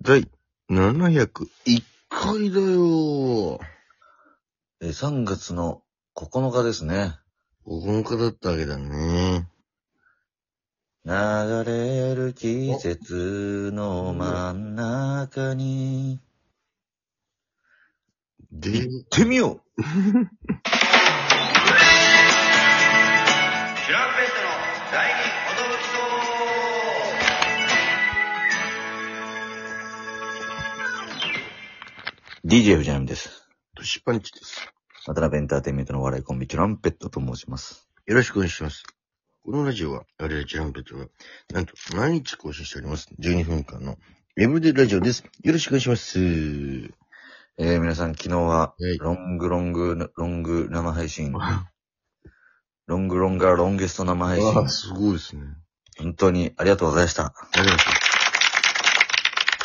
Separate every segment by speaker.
Speaker 1: 第701回だよ。
Speaker 2: えー、3月の9日ですね。
Speaker 1: 9日だったわけだね。
Speaker 2: 流れる季節の真ん中に。
Speaker 1: で、
Speaker 2: てみよう
Speaker 3: シュランペットの第二
Speaker 2: ！DJ 藤波です。
Speaker 1: 年パンチです。
Speaker 2: 渡辺エンターテインメントのお笑いコンビ、トランペットと申します。
Speaker 1: よろしくお願いします。このラジオは、我々チャンペットは、なんと毎日更新しております。12分間のエブリデイラジオです。よろしくお願いします。
Speaker 2: えー皆さん昨日は
Speaker 1: はい、
Speaker 2: ロングロング、ロング生配 信、ロングロンガーロンゲスト生配
Speaker 1: あ
Speaker 2: 信
Speaker 1: あ、、すごいですね。
Speaker 2: 本当にありがとうございました。
Speaker 1: ありがとうございます。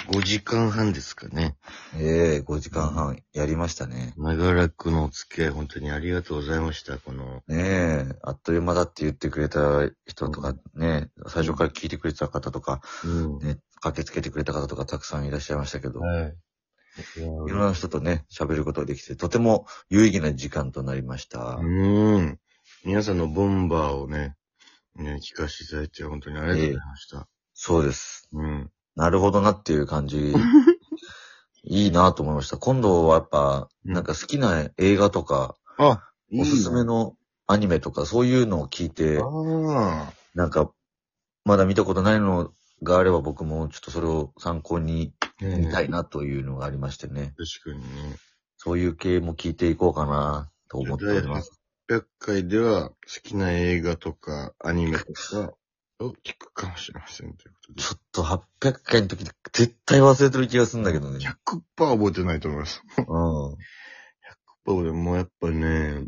Speaker 1: 5時間半ですかね。
Speaker 2: えー、5時間半やりましたね。
Speaker 1: 長らくのお付き合い、本当にありがとうございました。この、
Speaker 2: ねえ、あっという間だって言ってくれた人とかね、最初から聞いてくれてた方とか、
Speaker 1: うん。
Speaker 2: ね、駆けつけてくれた方とかたくさんいらっしゃいましたけど、
Speaker 1: はい。
Speaker 2: いろんな人とね、喋ることができて、とても有意義な時間となりました。
Speaker 1: うーん。皆さんのボンバーをね、ね、聞かせていただいて、本当にありがとうございました。
Speaker 2: そうです。
Speaker 1: うん。
Speaker 2: なるほどなっていう 感じ。いいなと思いました。今度はやっぱ、
Speaker 1: うん
Speaker 2: なんか好きな映画とか、
Speaker 1: あ、
Speaker 2: おすす
Speaker 1: の。
Speaker 2: めのアニメとか、そういうのを聞いて、
Speaker 1: ああ。
Speaker 2: なんか、まだ見たことないのがあれば僕もちょっとそれを参考に
Speaker 1: ね
Speaker 2: 見たいなというのがありましてね。
Speaker 1: 確かにね。
Speaker 2: そういう系も聞いていこうかなと思っております。
Speaker 1: 100回では好きな映画とかアニメとかを聞くかもしれませんということで
Speaker 2: ちょっと800回の時絶対忘れてる気がするんだけどね。うん。。
Speaker 1: 100%覚えてないと思います。100%覚えてもうやっぱね、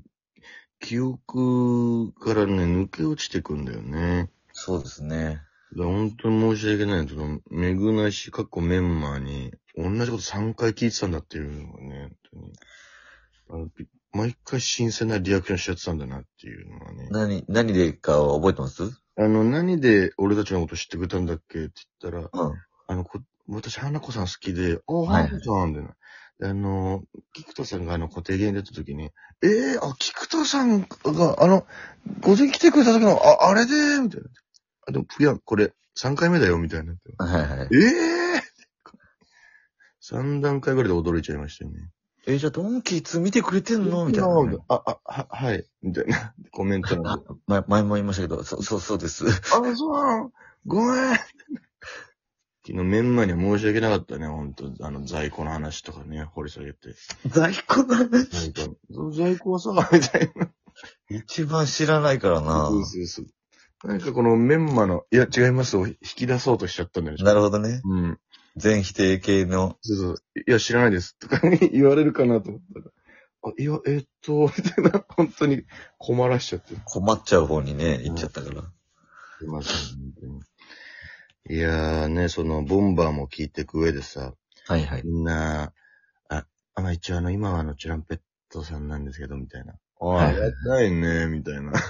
Speaker 1: 記憶からね、抜け落ちてくんだよね。
Speaker 2: そうですね。
Speaker 1: だから本当に申し訳ないけど、めぐなし、かっこメンマーに、同じこと3回聞いてたんだっていうのがね、本当に。あのび毎回新鮮なリアクションしちゃってたんだなっていうのはね。
Speaker 2: 何、何でかは覚えてますうん。
Speaker 1: あの、何で俺たちのこと知ってくれたんだっけって言ったら、あの、こ私、花子さん好きで、あ、
Speaker 2: はい
Speaker 1: 花子さんでな。であの、菊田さんがあの、固定芸人出た時に、ええあ、菊田さんが、あの、午前来てくれた時の、あ、あれでみたいな。あ、でも、いや、これ、3回目だよ、みたいになって。
Speaker 2: はいはい。
Speaker 1: ええ三段階ぐらいで驚いちゃいましたよね。
Speaker 2: え、じゃあドンキーツ見てくれてんのみたいなね、
Speaker 1: あ、あ、は、はい。みたいな。コメントが。あ、
Speaker 2: ま前も言いましたけど、そ そうそうです。
Speaker 1: そうなのごめん。昨日メンマには申し訳なかったね、本当あの、在庫の話とかね、掘り下げて。
Speaker 2: 在庫の話
Speaker 1: なんかそう在庫はさ、みたいな。
Speaker 2: 一番知らないからな。
Speaker 1: そうそうそう。なんかこのメンマの、いや、違いますを引き出そうとしちゃったんだよね。
Speaker 2: なるほどね。
Speaker 1: うん。
Speaker 2: 全否定系の。
Speaker 1: そうそう。いや、知らないです。とか言われるかなと思ったら。あ、いや、えーっと、みたいな、本当に困らしちゃってる。
Speaker 2: 困っちゃう方にね、行っちゃったから。
Speaker 1: すいません、本当に。いやーね、その、ボンバーも聞いていく上でさ、
Speaker 2: はいはい。
Speaker 1: みんな、あ、あまあ、一応あの、今はあの、チュランペットさんなんですけど、みたいな。あ
Speaker 2: は
Speaker 1: あ、
Speaker 2: い
Speaker 1: やったいね、みたいな感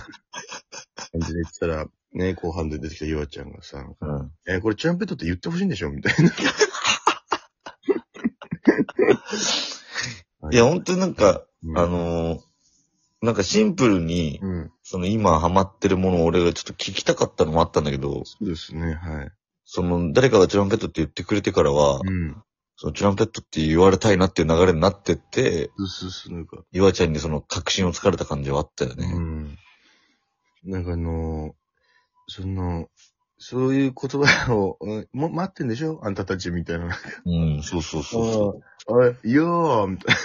Speaker 1: じで言ってたら、ね、後半で出てきたヨアちゃんがさ、
Speaker 2: うん。
Speaker 1: えーこれチュランペットって言ってほしいんでしょみたいな。
Speaker 2: いや、本当になんか、
Speaker 1: うん
Speaker 2: あのーなんかシンプルに、
Speaker 1: うん。
Speaker 2: その今ハマってるものを俺がちょっと聞きたかったのもあったんだけど、
Speaker 1: そうですね、はい。
Speaker 2: その誰かがチュランペットって言ってくれてからは、
Speaker 1: うん。
Speaker 2: そのチュランペットって言われたいなっていう流れになってって、
Speaker 1: うすうす、なんか。
Speaker 2: 岩ちゃんにその確信をつかれた感じはあったよね。
Speaker 1: うん。なんかあのーその、そういう言葉を、うんも、待ってんでしょあんたたちみたいな。あ
Speaker 2: うん、そうそうそうそ
Speaker 1: あれ、いやーみたいな。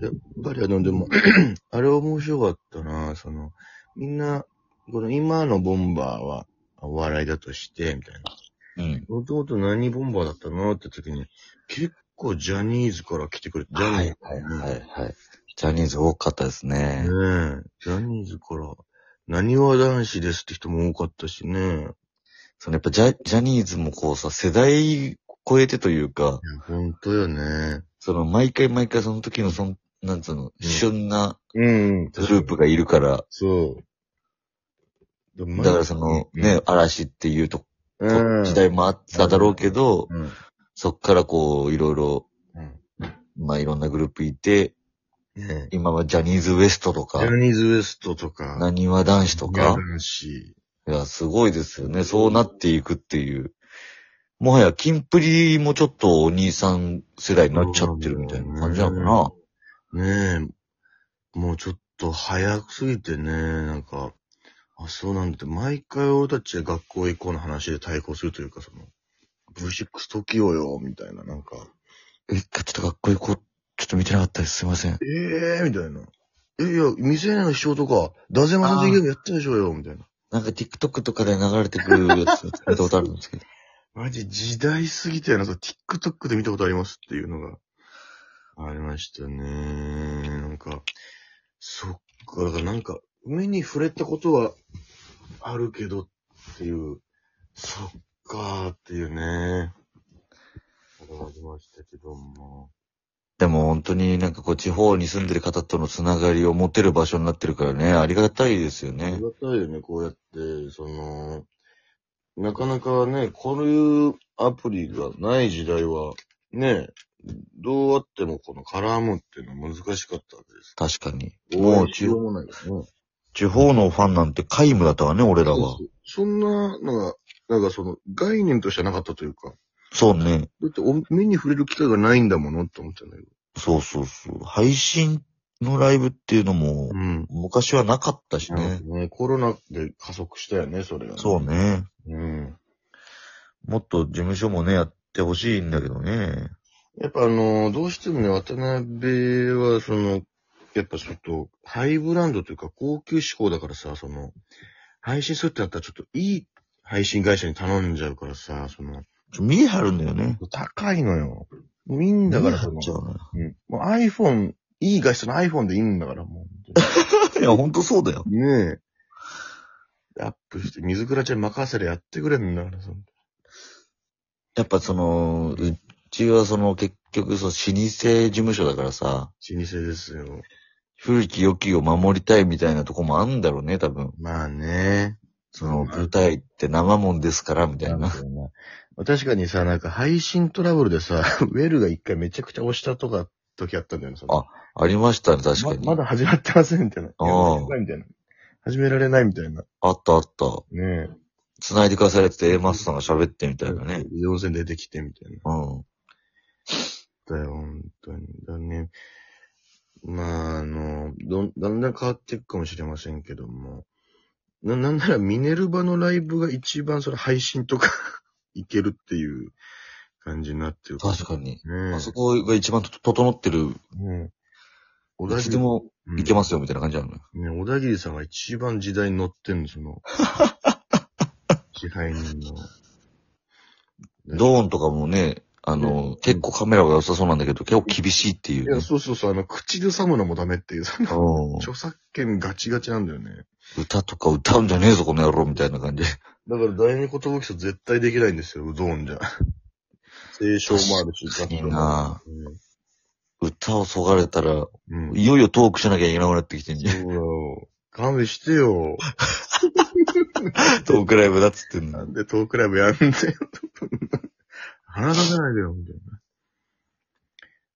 Speaker 1: やっ ぱりあの、でも、 あれ面白かったなその、みんな、この今のボンバーは、お笑いだとして、みたいな。
Speaker 2: う。うん。
Speaker 1: もともと何ボンバーだったのって時に、結構ジャニーズから来てくれて、ジ
Speaker 2: は
Speaker 1: ャ
Speaker 2: い
Speaker 1: ニー
Speaker 2: は
Speaker 1: ズ
Speaker 2: いはいはい。ジャニーズ多かったですね。
Speaker 1: ねえ、ジャニーズから、何わ男子ですって人も多かったしね。
Speaker 2: そのやっぱジャジャニーズもこうさ、世代超えてというか、
Speaker 1: ほんとよね。
Speaker 2: その毎回毎回その時のその、なんつうの、旬な
Speaker 1: うん。
Speaker 2: グループがいるから、
Speaker 1: そう。だ
Speaker 2: だからその、ね、、嵐っていうと
Speaker 1: うん。
Speaker 2: 時代もあっただろうけど、
Speaker 1: うん。
Speaker 2: そっからこう、いろいろ、
Speaker 1: うん
Speaker 2: まあいろんなグループいて、
Speaker 1: ね
Speaker 2: 今はジャニーズ WEST と
Speaker 1: ジ
Speaker 2: か、
Speaker 1: ャニーズ WEST とか、
Speaker 2: なにわ男子とか、
Speaker 1: やるし
Speaker 2: いや、すごいですよね。そうなっていくっていう。もはや、キンプリもちょっとお兄さん世代になっちゃってるみたいな感じなのかな。
Speaker 1: ねえ、もうちょっと早すぎてね、なんか、あ、そうなんだって、毎回俺たちで学校以降の話で対抗するというか、その、V6 時をよ、みたいな、なんか、
Speaker 2: え、ちょっとかっこいい子、ちょっと見てなかったです。すいません。
Speaker 1: ええー、みたいな。え、いや、未成年の主張とか、ダゼマさんとゲームやったでしょうよ、みたいな。
Speaker 2: なんか TikTok とかで流れてくるやつ、 見たことあるんですけど。
Speaker 1: マジ時代すぎたよな、そう TikTok で見たことありますっていうのが、ありましたね。なんか、そっか、だからなんか、目に触れたことはあるけどっていう、そっかーっていうね。ありましたけども。
Speaker 2: でも本当になんかこう地方に住んでる方とのつながりを持てる場所になってるからね、ありがたいですよ
Speaker 1: あり
Speaker 2: ね。
Speaker 1: がたいよね、こうやって、その、なかなかね、こういうアプリがない時代は、ね、どうあってもこの絡むっていうのは難しかったわけです
Speaker 2: 確かに。
Speaker 1: も
Speaker 2: も
Speaker 1: う
Speaker 2: う
Speaker 1: 中
Speaker 2: 地
Speaker 1: 央
Speaker 2: 方
Speaker 1: もないですね。
Speaker 2: 地方のファンなんて皆無だったわね、俺らは
Speaker 1: そ。んなのが、なんかその概念としてはなかったというか、
Speaker 2: そうね。
Speaker 1: だってお目に触れる機会がないんだものって思ってたんだけど。
Speaker 2: そうそうそう。配信のライブっていうのも、
Speaker 1: ん。
Speaker 2: 昔はなかったし
Speaker 1: ね
Speaker 2: ね。
Speaker 1: コロナで加速したよね、それは、
Speaker 2: そうね。
Speaker 1: う。うん。
Speaker 2: もっと事務所もね、やってほしいんだけどね。
Speaker 1: やっぱあのーどうしてもね、渡辺はその、やっぱちょっと、ハイブランドというか高級志向だからさ、その、配信するってなったらちょっといい配信会社に頼んじゃうからさ、その、
Speaker 2: ちょ見え張るんだよね。
Speaker 1: 高いのよ。みんな
Speaker 2: だ
Speaker 1: か
Speaker 2: からら
Speaker 1: その
Speaker 2: っちゃうな。
Speaker 1: うん。もう iPhone、いい画質の iPhone でいいんだから、も
Speaker 2: いや、ほんとそうだよ。
Speaker 1: う。ねえ。アップして、水倉ちゃん任せりゃやってくれんだから、その。
Speaker 2: やっぱその、うちはその結局そう、老舗事務所だからさ、
Speaker 1: 老舗ですよ。
Speaker 2: 古き良きを守りたいみたいなとこもあんだろうね、多分。
Speaker 1: まあね。
Speaker 2: その、舞台って生もんですから、みたい
Speaker 1: なん
Speaker 2: な。
Speaker 1: だろうな確かにさ、なんか配信トラブルでさ、 ウェルが一回めちゃくちゃ押したとか、時あったんだよね、その
Speaker 2: ありましたね、確かに。
Speaker 1: ままだ始まってません、みたいな。
Speaker 2: ああ
Speaker 1: やめてくださいみたいな。始められないみたいな。
Speaker 2: あったあった。
Speaker 1: ね
Speaker 2: 繋いでくださいって A マスさんが喋ってみ
Speaker 1: え。
Speaker 2: たいなね。
Speaker 1: 4000出てきて、みたいな。
Speaker 2: うん。
Speaker 1: だよ、本当に。だね。まあ、あの、どん、だんだん変わっていくかもしれませんけども。な、なんならミネルヴァのライブが一番それ配信とか いけるっていう感じになってる。
Speaker 2: 確かに。
Speaker 1: ねえ。
Speaker 2: あそこが一番と整ってる、
Speaker 1: ねえ。小
Speaker 2: いつでも
Speaker 1: うん
Speaker 2: 行けますよ、みたいな感じなのよ。
Speaker 1: ね、小田切さんが一番時代に乗ってんの、そ の。支配人の。
Speaker 2: ドーンとかもね、あの、
Speaker 1: うん
Speaker 2: 結構カメラが良さそうなんだけど、結構厳しいってい
Speaker 1: いうや、
Speaker 2: ね、
Speaker 1: そうそうそう、あの、口ずさむのもダメっていう、その、
Speaker 2: う
Speaker 1: 著作権ガチガチなんだよね。
Speaker 2: ん歌とか歌うんじゃねえぞ、この野郎、みたいな感じ。
Speaker 1: だから第二言武器と絶対できないんですよ、うどんじゃ。 清唱もあるし、
Speaker 2: 確かに
Speaker 1: 楽器もあ
Speaker 2: な
Speaker 1: るし
Speaker 2: 歌をそがれたら、
Speaker 1: うん。うん。
Speaker 2: いよいよトークしなきゃいけなくなってきてんじゃ
Speaker 1: そうだよ。勘弁してよ。
Speaker 2: ん。トークライブだっつってん
Speaker 1: な
Speaker 2: の。
Speaker 1: んでトークライブやんだよ。話させないでよ、みたい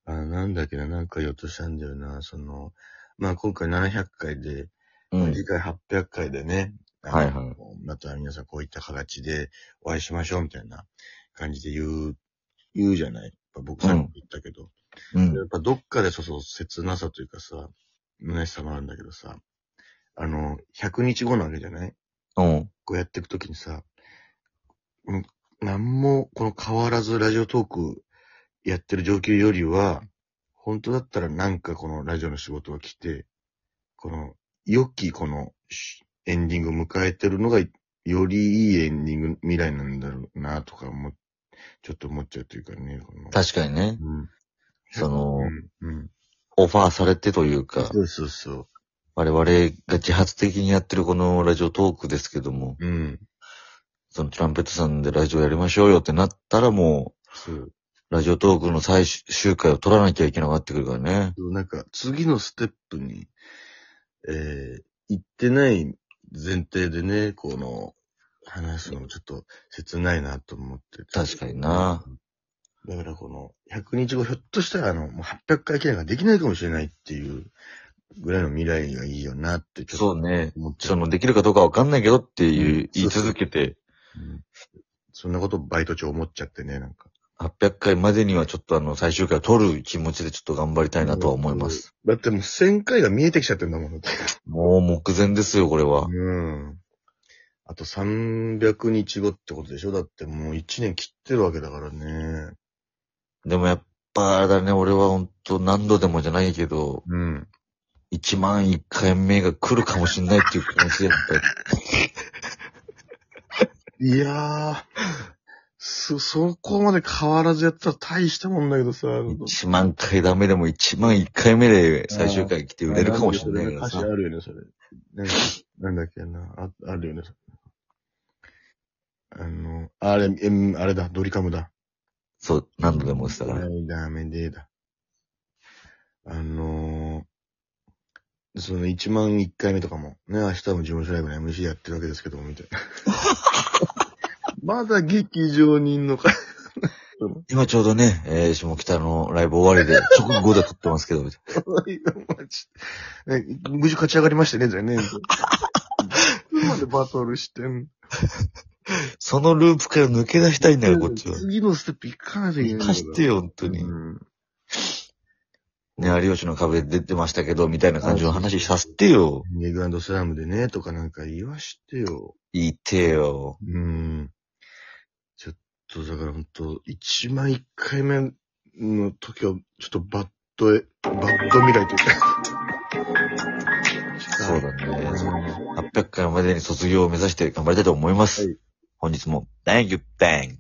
Speaker 1: な。あ、なんだっけな、なんか言おうとしたんだよな、その、まあ今回700回で、
Speaker 2: うん。
Speaker 1: 次回800回でね、あの
Speaker 2: はいはい。
Speaker 1: また皆さんこういった形でお会いしましょうみたいな感じで言う、言うじゃない。やっぱ僕さっきも言ったけど、
Speaker 2: うん
Speaker 1: や。っぱどっかでそうそう、切なさというかさ、虚しさもあるんだけどさ、あの、100日後なわけじゃない
Speaker 2: うん。
Speaker 1: こうやっていくときにさ、うんなんも、この変わらずラジオトークやってる状況よりは、本当だったらなんかこのラジオの仕事が来て、この、良きこのしエンディングを迎えてるのが、よりいいエンディング未来なんだろうなとか思っ、ちょっと思っちゃうというかね、この。
Speaker 2: 確かにね。
Speaker 1: うん。
Speaker 2: その
Speaker 1: うん、うん。
Speaker 2: オファーされてというか、
Speaker 1: そうそうそ
Speaker 2: 我々が自発的にやってるこのラジオトークですけども、
Speaker 1: う。うん。
Speaker 2: そのトランペットさんでラジオやりましょうよってなったらも
Speaker 1: そう。
Speaker 2: う、ラジオトークの最終回を取らなきゃいけなくなってくるからね。
Speaker 1: なんか、次のステップに、えー、行ってない前提でね、この、話すのもちょっと切ないなと思ってて。
Speaker 2: 確かにな。
Speaker 1: だからこの、100日後ひょっとしたらあの、もう800回記念ができないかもしれないっていうぐらいの未来がいいよなってちょ
Speaker 2: そ
Speaker 1: っ
Speaker 2: うね。
Speaker 1: と思っちゃ。
Speaker 2: そうの、できるかどうかわかんないけどって
Speaker 1: う
Speaker 2: い
Speaker 1: ん
Speaker 2: う、言い続けて、
Speaker 1: うんそんなことバイト中思っちゃってね、なんか。
Speaker 2: 800回までにはちょっとあの、最終回を取る気持ちでちょっと頑張りたいなとは思います。
Speaker 1: だってもう1000回が見えてきちゃってんだもん。
Speaker 2: もう目前ですよ、これは。
Speaker 1: うん。あと300日後ってことでしょだってもう1年切ってるわけだからね。
Speaker 2: でもやっぱ、あれだね、俺は本当何度でもじゃないけど、
Speaker 1: うん。
Speaker 2: 1万1回目が来るかもしんないっていう気持ちでやっ ぱり、
Speaker 1: いやー。そ、そこまで変わらずやったら大したもんだけどさ。
Speaker 2: 1万回ダメでも1万1回目で最終回来て売れるかもしんないから
Speaker 1: 歌詞あ
Speaker 2: さ。
Speaker 1: るよね、それ。なんかなんだっけな。あ、あるよね、それあの、あれ、うんあれだ、ドリカムだ。
Speaker 2: そう、何度でもしたか
Speaker 1: は
Speaker 2: ら。
Speaker 1: い、ダメでだ。あのー、その1万1回目とかも、ね、明日も事務所ライブの MC やってるわけですけども、みたい な。まだ劇場にいんのか。
Speaker 2: 今ちょうどね、えー下北のライブ終わりで、直後で撮ってますけど、みたいな
Speaker 1: マジね無事勝ち上がりましたね、じゃねえんだよいつまでバトルしてん
Speaker 2: そのループから抜け出したいんだよ、こっちは。
Speaker 1: 次のステップ行かなきゃいけない
Speaker 2: 生
Speaker 1: んだ
Speaker 2: か
Speaker 1: から。
Speaker 2: してよ、本当に。
Speaker 1: うん。
Speaker 2: ね、有吉の壁で出てましたけど、みたいな感じの話させてよ。
Speaker 1: ネグスラムでね、とかなんか言わしてよ。
Speaker 2: 言ってよ。
Speaker 1: うん。ちょっと、だから本当一番一回目の時は、ちょっとバッドえ、バッド未来というか。
Speaker 2: そうだね。
Speaker 1: ね。
Speaker 2: 800回までに卒業を目指して頑張りたいと思います。
Speaker 1: はい
Speaker 2: 本日も、Thank you, thank.